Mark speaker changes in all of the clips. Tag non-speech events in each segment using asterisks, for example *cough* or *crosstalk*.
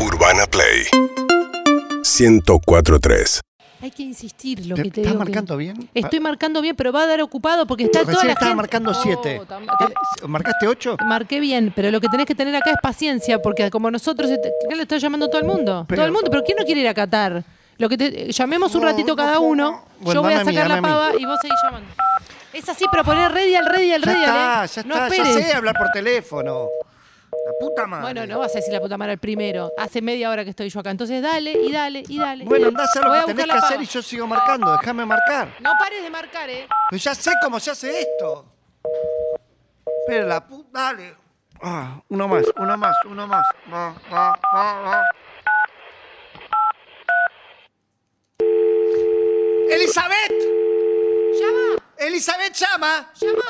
Speaker 1: Urbana Play 104.3
Speaker 2: Hay que insistir lo
Speaker 3: ¿Te-
Speaker 2: que te
Speaker 3: ¿Estás
Speaker 2: digo. que-
Speaker 3: marcando bien?
Speaker 2: Estoy marcando bien, pero va a dar ocupado porque está
Speaker 3: Recién
Speaker 2: toda la
Speaker 3: estaba
Speaker 2: gente-
Speaker 3: marcando
Speaker 2: Oh,
Speaker 3: 7.
Speaker 2: tam- tam-
Speaker 3: ¿Marcaste 8?
Speaker 2: Marqué bien, pero lo que tenés que tener acá es paciencia, porque como nosotros, este- acá lo está llamando todo el mundo.
Speaker 3: Pero-
Speaker 2: todo el mundo, pero ¿quién no quiere ir a Qatar? Lo que te- llamemos un ratito cada uno,
Speaker 3: Bueno,
Speaker 2: yo voy a
Speaker 3: dame a mí,
Speaker 2: sacar la
Speaker 3: dame a mí.
Speaker 2: pava y vos seguís llamando. Es así, pero poner ready al ready al
Speaker 3: Ya
Speaker 2: ready
Speaker 3: está,
Speaker 2: al.
Speaker 3: ya
Speaker 2: no
Speaker 3: está, ya
Speaker 2: esperes.
Speaker 3: sé hablar por teléfono. La puta madre.
Speaker 2: Bueno, no vas a decir la puta madre al primero. Hace media hora que estoy yo acá. Entonces dale y dale y dale.
Speaker 3: Bueno,
Speaker 2: andá
Speaker 3: andá a hacer lo
Speaker 2: Voy a
Speaker 3: que tenés
Speaker 2: buscar
Speaker 3: que
Speaker 2: la
Speaker 3: hacer
Speaker 2: pava.
Speaker 3: y yo sigo marcando. Déjame marcar.
Speaker 2: No pares de marcar, eh.
Speaker 3: Pero ya sé cómo se hace esto. Pero la puta. Dale. Ah, uno más, uno más, uno más. Va, va, va, va. ¡Elizabeth!
Speaker 2: Llama,
Speaker 3: ¡Elizabeth llama!
Speaker 2: llama.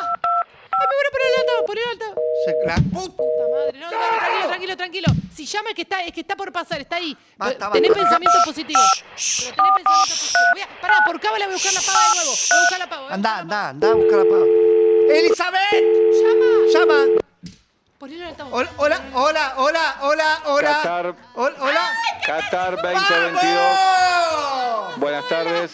Speaker 2: Ay, me voy a poner el altavoz, poner el altavoz.
Speaker 3: Se- La puta.
Speaker 2: Puta madre, no, no, tranquilo, tranquilo, tranquilo. Si llama es que está, es que está por pasar, está ahí.
Speaker 3: Basta,
Speaker 2: Pero
Speaker 3: basta.
Speaker 2: Tenés pensamiento positivo.
Speaker 3: Ah, shh.
Speaker 2: Pero tenés pensamiento positivo. Voy a, pará, por cábala voy a buscar la pava de nuevo. Voy a buscar la ¿eh? pava. voy a
Speaker 3: Andá,
Speaker 2: buscar la
Speaker 3: andá, andá a buscar la pava. ¡Elizabeth!
Speaker 2: pava. Llama.
Speaker 3: Llama.
Speaker 2: Ponelo en el altavoz.
Speaker 3: Hola, hola, hola, hola, hola, hola.
Speaker 4: Qatar.
Speaker 3: Hol- hola.
Speaker 4: Qatar 2022.
Speaker 3: ¡Vamos!
Speaker 4: Buenas tardes.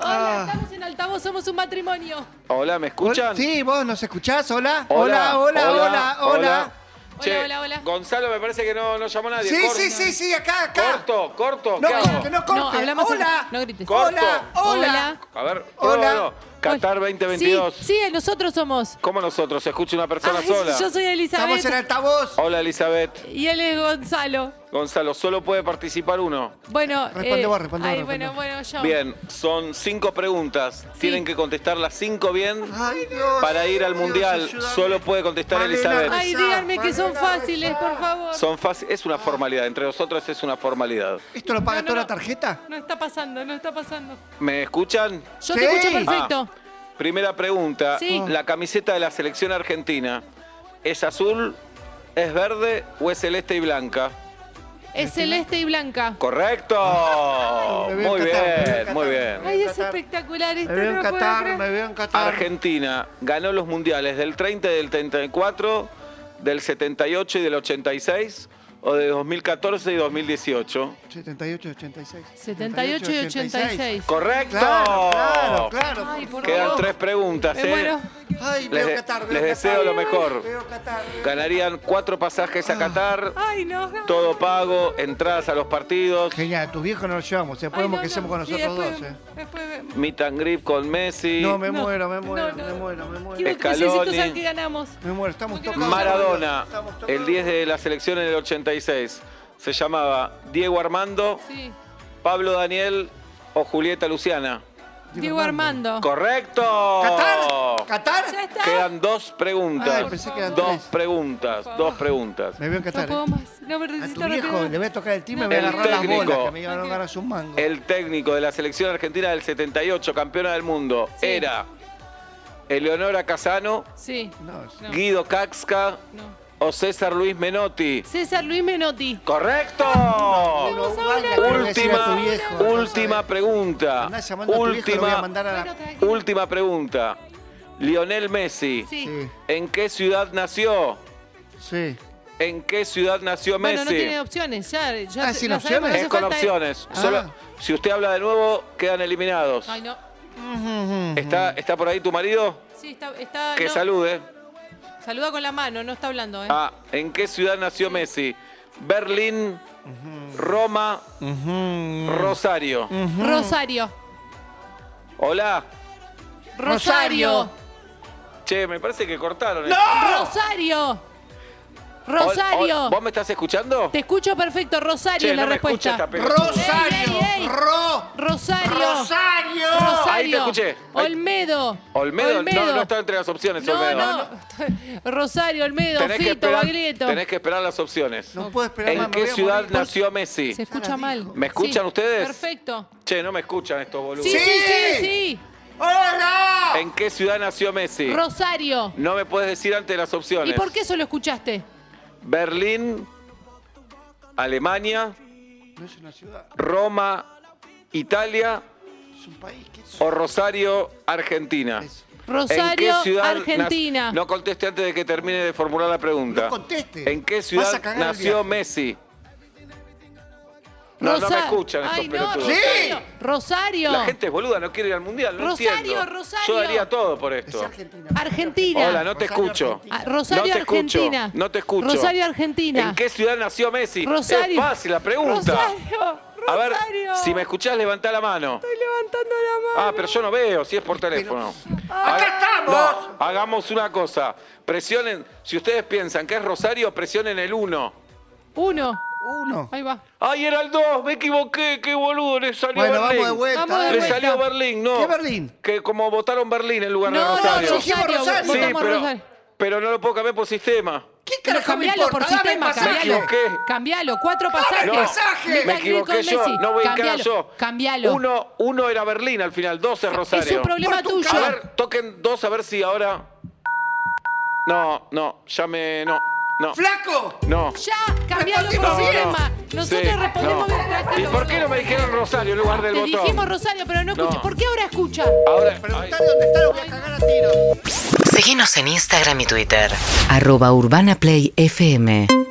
Speaker 2: Hola, estamos en altavoz, somos un matrimonio.
Speaker 4: Hola, ¿me escuchan?
Speaker 3: Sí, vos nos escuchás, hola. Hola, hola, hola, hola.
Speaker 4: Che,
Speaker 2: hola, hola.
Speaker 4: Gonzalo, me parece que no, no llamó nadie.
Speaker 3: Sí,
Speaker 4: Corto.
Speaker 3: sí, sí, sí, acá, acá.
Speaker 4: Corto, corto.
Speaker 3: No,
Speaker 4: ¿Qué hago?
Speaker 3: que no corte.
Speaker 2: No, hablamos en-
Speaker 3: hola.
Speaker 2: no grites.
Speaker 3: Hola,
Speaker 4: Corto.
Speaker 3: hola.
Speaker 4: A ver,
Speaker 3: Hola.
Speaker 4: hola. No, no. Qatar 2022.
Speaker 2: Sí, sí, nosotros somos.
Speaker 4: ¿Cómo nosotros? Se escucha una persona
Speaker 2: Ay,
Speaker 4: sola.
Speaker 2: Yo soy
Speaker 3: Estamos
Speaker 2: Elizabeth
Speaker 3: en altavoz.
Speaker 4: Hola, Elizabeth.
Speaker 2: y él es Gonzalo.
Speaker 4: Gonzalo, solo puede participar uno.
Speaker 2: Bueno, eh,
Speaker 3: Responde vos, responde
Speaker 2: ay,
Speaker 3: vos,
Speaker 2: bueno,
Speaker 3: responde vos.
Speaker 2: bueno, yo.
Speaker 4: Bien, son cinco preguntas. Tienen que contestar las cinco bien
Speaker 3: Ay, Dios,
Speaker 4: para ir al
Speaker 3: Dios,
Speaker 4: mundial.
Speaker 3: ayúdame.
Speaker 4: Solo puede contestar
Speaker 3: Malena,
Speaker 4: Elizabeth.
Speaker 2: Ay,
Speaker 3: Rezá,
Speaker 2: díganme que son
Speaker 3: Manuela,
Speaker 2: fáciles,
Speaker 3: rezá.
Speaker 2: por favor.
Speaker 4: Son fácil- es una formalidad, entre nosotros es una formalidad.
Speaker 3: ¿Esto lo paga
Speaker 2: No, no,
Speaker 3: toda
Speaker 2: no.
Speaker 3: la tarjeta?
Speaker 2: No está pasando, no está pasando.
Speaker 4: ¿Me
Speaker 2: Yo
Speaker 4: escuchan?
Speaker 3: Sí. Ah.
Speaker 2: te escucho perfecto.
Speaker 4: Primera pregunta,
Speaker 2: Sí.
Speaker 4: la camiseta de la selección argentina, ¿es azul, es verde o es celeste y blanca?
Speaker 2: Es
Speaker 3: Este
Speaker 2: celeste y blanca.
Speaker 4: Correcto.
Speaker 3: Ah, Me veo en
Speaker 4: Muy
Speaker 3: Qatar, me veo en
Speaker 4: bien,
Speaker 3: Qatar.
Speaker 4: muy bien.
Speaker 2: Ay, es
Speaker 3: Qatar.
Speaker 2: espectacular esto.
Speaker 3: Me veo en
Speaker 2: no lo puedo
Speaker 3: Qatar,
Speaker 2: creer.
Speaker 3: me veo en Qatar.
Speaker 4: Argentina ganó los mundiales del 30, y del 34, del 78 y del 86 o de 2014 y 2018.
Speaker 3: 78, 86.
Speaker 2: 78 y 86.
Speaker 4: Correcto.
Speaker 3: Claro, claro, claro.
Speaker 2: Ay, por
Speaker 4: Quedan
Speaker 2: favor.
Speaker 4: tres preguntas,
Speaker 2: Me
Speaker 4: ¿eh?
Speaker 2: muero.
Speaker 3: Ay,
Speaker 4: Les
Speaker 3: veo
Speaker 4: de-
Speaker 3: Qatar, veo
Speaker 4: les
Speaker 3: Qatar.
Speaker 4: deseo lo mejor.
Speaker 3: Veo Qatar. veo-
Speaker 4: Ganarían cuatro pasajes a Qatar,
Speaker 2: Ay, no.
Speaker 4: todo pago, entradas a los partidos,
Speaker 3: Genial, tus viejos no los llevamos, eh,
Speaker 2: Ay,
Speaker 3: podemos
Speaker 2: no,
Speaker 3: que
Speaker 2: no.
Speaker 3: seamos con
Speaker 2: Sí,
Speaker 3: nosotros
Speaker 2: después-
Speaker 3: dos. eh.
Speaker 2: después vemos.
Speaker 4: meet and greet con Messi,
Speaker 3: No, me
Speaker 2: No,
Speaker 3: muero, me
Speaker 2: no,
Speaker 3: muero,
Speaker 2: no.
Speaker 3: me muero, me muero.
Speaker 2: Quiero-
Speaker 4: Scaloni.
Speaker 2: Necesito saber que ganamos.
Speaker 3: Me muero, estamos
Speaker 2: Porque no
Speaker 3: tocados.
Speaker 4: Maradona,
Speaker 3: Estamos tocados.
Speaker 4: el 10 de la selección en el 86. Se llamaba Diego Armando,
Speaker 2: Sí.
Speaker 4: Pablo Daniel o Julieta Luciana.
Speaker 2: Diego Armando.
Speaker 4: ¡Correcto!
Speaker 3: ¿Qatar? ¿Qatar?
Speaker 2: Ya está.
Speaker 4: Quedan dos preguntas.
Speaker 3: Ay, pensé que eran
Speaker 4: dos
Speaker 3: tres.
Speaker 4: preguntas, dos preguntas.
Speaker 3: Me veo en Qatar.
Speaker 2: No puedo
Speaker 3: eh.
Speaker 2: más. No, me
Speaker 3: A
Speaker 2: necesito
Speaker 3: tu viejo
Speaker 2: rápido.
Speaker 3: le voy a tocar el timbre
Speaker 2: No.
Speaker 3: y me voy a
Speaker 4: El
Speaker 3: agarrar las bolas,
Speaker 4: técnico.
Speaker 3: que me iban a agarrar sus mangos.
Speaker 4: El técnico de la selección argentina del 78, campeona del mundo,
Speaker 2: Sí.
Speaker 4: era Eleonora Casano,
Speaker 2: Sí.
Speaker 3: No, es-
Speaker 2: No.
Speaker 4: Guido Caxca
Speaker 2: No.
Speaker 4: o César Luis Menotti.
Speaker 2: César Luis Menotti.
Speaker 4: ¡Correcto!
Speaker 3: Uno,
Speaker 2: Vamos
Speaker 3: guarda,
Speaker 2: ahora.
Speaker 3: que le voy a decir a
Speaker 4: Última,
Speaker 3: tu viejo, no
Speaker 4: última
Speaker 3: sabés.
Speaker 4: pregunta.
Speaker 2: Ah,
Speaker 3: Andá llamando a tu viejo, lo voy a
Speaker 4: Última,
Speaker 3: mandar a la...
Speaker 2: Bueno, tranquilo.
Speaker 4: última pregunta. Lionel Messi,
Speaker 2: Sí.
Speaker 3: Sí,
Speaker 4: ¿en qué ciudad nació?
Speaker 3: sí.
Speaker 4: ¿En qué ciudad nació
Speaker 2: Bueno, no
Speaker 4: Messi?
Speaker 2: tiene opciones. Ya, ya
Speaker 3: Ah,
Speaker 2: se-
Speaker 3: sin
Speaker 2: la sabemos,
Speaker 3: opciones.
Speaker 2: no hace
Speaker 4: es con
Speaker 2: falta- eh.
Speaker 4: opciones.
Speaker 3: Ah.
Speaker 4: Solo, si usted habla de nuevo, quedan eliminados.
Speaker 2: Ay, no.
Speaker 4: ¿Está, ¿Está por ahí tu marido?
Speaker 2: Sí, está. está
Speaker 4: Que
Speaker 2: no.
Speaker 4: salude.
Speaker 2: Saluda con la mano, no está hablando, ¿eh?
Speaker 4: Ah, ¿en qué ciudad nació Messi? Berlín, Roma, Rosario.
Speaker 2: Rosario.
Speaker 4: Hola.
Speaker 2: Rosario.
Speaker 4: Che, me parece que cortaron.
Speaker 2: Rosario.
Speaker 4: Hol- hol-
Speaker 2: Rosario.
Speaker 4: ¿Vos me estás escuchando?
Speaker 2: Te escucho perfecto, Rosario
Speaker 4: Che,
Speaker 2: es la
Speaker 4: no me escucha
Speaker 2: respuesta.
Speaker 4: esta pe-
Speaker 3: Rosario,
Speaker 2: Ey, ey, ey.
Speaker 3: Ro,
Speaker 2: Rosario.
Speaker 3: Rosario.
Speaker 2: Rosario.
Speaker 4: Ahí te escuché. Ahí-
Speaker 2: Olmedo.
Speaker 4: Olmedo, No, no está entre las opciones,
Speaker 2: No,
Speaker 4: Olmedo.
Speaker 2: no. *laughs* Rosario, Olmedo,
Speaker 4: Tenés, que
Speaker 2: Fito,
Speaker 4: esperar,
Speaker 2: Baglietto.
Speaker 4: tenés que esperar las opciones.
Speaker 3: No puedo esperar más,
Speaker 4: ¿En
Speaker 3: me
Speaker 4: qué
Speaker 3: voy a
Speaker 4: ciudad
Speaker 3: morir.
Speaker 4: nació Messi?
Speaker 2: Se escucha mal.
Speaker 4: ¿Me escuchan
Speaker 2: Sí.
Speaker 4: ustedes?
Speaker 2: Perfecto.
Speaker 4: Che, no me escuchan estos boludos.
Speaker 2: Sí, sí, sí,
Speaker 3: Sí.
Speaker 2: sí.
Speaker 3: ¡Hola!
Speaker 4: ¿En qué ciudad nació Messi?
Speaker 2: Rosario.
Speaker 4: No me puedes decir antes las opciones.
Speaker 2: ¿Y por qué solo escuchaste?
Speaker 4: Berlín, Alemania,
Speaker 3: No es una ciudad,
Speaker 4: Roma, Italia
Speaker 3: es un país. ¿Qué es?
Speaker 4: o Rosario, Argentina.
Speaker 3: Eso.
Speaker 2: Rosario,
Speaker 4: ¿En qué ciudad
Speaker 2: Argentina.
Speaker 4: nac- No conteste antes de que termine de formular la pregunta.
Speaker 3: No conteste.
Speaker 4: ¿En qué
Speaker 3: Vas a
Speaker 4: ciudad
Speaker 3: cagar el
Speaker 4: nació
Speaker 3: viaje.
Speaker 4: Messi? No, no me
Speaker 2: Rosa-
Speaker 4: escuchan estos
Speaker 2: Ay, no,
Speaker 4: pelotudos.
Speaker 2: Rosario.
Speaker 3: Sí.
Speaker 2: Rosario.
Speaker 4: La gente es boluda, no quiere ir al mundial, no
Speaker 2: Rosario,
Speaker 4: entiendo.
Speaker 2: Rosario.
Speaker 4: Yo daría todo por
Speaker 3: Es
Speaker 4: esto.
Speaker 3: Argentina.
Speaker 2: Argentina.
Speaker 4: Hola, no te
Speaker 3: Rosario,
Speaker 4: escucho.
Speaker 3: Argentina.
Speaker 2: Ah, Rosario,
Speaker 4: no te escucho,
Speaker 2: Argentina.
Speaker 4: no te escucho.
Speaker 2: Rosario, Argentina.
Speaker 4: ¿En qué ciudad nació Messi?
Speaker 2: Rosario.
Speaker 4: Es fácil la pregunta.
Speaker 2: Rosario.
Speaker 4: A ver,
Speaker 2: Rosario.
Speaker 4: si me escuchás, levantá la mano.
Speaker 2: Estoy levantando la mano.
Speaker 4: Ah, pero yo no veo, si es por teléfono. Ha-
Speaker 3: ¡Acá estamos!
Speaker 4: No, hagamos una cosa. Presionen, si ustedes piensan que es Rosario, presionen el 1.
Speaker 2: Uno.
Speaker 3: Uno.
Speaker 2: Ahí va.
Speaker 4: ¡Ay, era el 2! Me equivoqué, qué boludo, le salió
Speaker 3: Bueno,
Speaker 4: Berlín.
Speaker 3: vamos de vuelta.
Speaker 2: Vamos de
Speaker 3: dale.
Speaker 4: Le
Speaker 2: vuelta.
Speaker 4: salió Berlín, no.
Speaker 3: ¿Qué Berlín?
Speaker 4: Que como votaron Berlín en lugar de
Speaker 2: No,
Speaker 4: Rosario.
Speaker 2: no,
Speaker 3: Rosario,
Speaker 2: Rosario.
Speaker 3: Sí,
Speaker 2: Votamos
Speaker 4: pero,
Speaker 2: Rosario.
Speaker 4: pero no lo puedo cambiar por sistema.
Speaker 3: ¿Qué
Speaker 2: No,
Speaker 3: carajo me
Speaker 2: cambialo
Speaker 3: importa?
Speaker 2: por
Speaker 3: Dame
Speaker 2: sistema,
Speaker 3: el pasaje.
Speaker 2: cambialo.
Speaker 4: ¿Qué?
Speaker 2: Cambialo, cuatro pasajes.
Speaker 3: No, pasaje.
Speaker 2: Meet
Speaker 4: Me
Speaker 2: and greet
Speaker 4: equivoqué
Speaker 2: con
Speaker 4: yo,
Speaker 2: Messi.
Speaker 4: no voy a encarar
Speaker 2: cambialo,
Speaker 4: yo.
Speaker 2: Cambialo.
Speaker 4: Uno, uno era Berlín al final, dos es Rosario.
Speaker 2: Es un problema
Speaker 3: Por tu
Speaker 2: tuyo.
Speaker 4: A ver, toquen dos a ver si ahora. No, no, ya me. No, no.
Speaker 3: ¡Flaco!
Speaker 4: No.
Speaker 2: Ya, cambialo por
Speaker 4: No, no.
Speaker 2: sistema. Nosotros
Speaker 4: Sí,
Speaker 2: respondemos
Speaker 4: no.
Speaker 2: mientras tanto.
Speaker 4: ¿Y por qué no me dijeron Rosario en lugar del
Speaker 2: Te
Speaker 4: botón?
Speaker 2: dijimos Rosario, pero no escucha.
Speaker 4: No.
Speaker 2: ¿Por qué ahora escucha?
Speaker 4: Ahora. ay.
Speaker 3: Preguntale dónde está, lo voy a cagar a tiro.
Speaker 1: Seguinos en Instagram y Twitter.
Speaker 5: arroba Urbana Play FM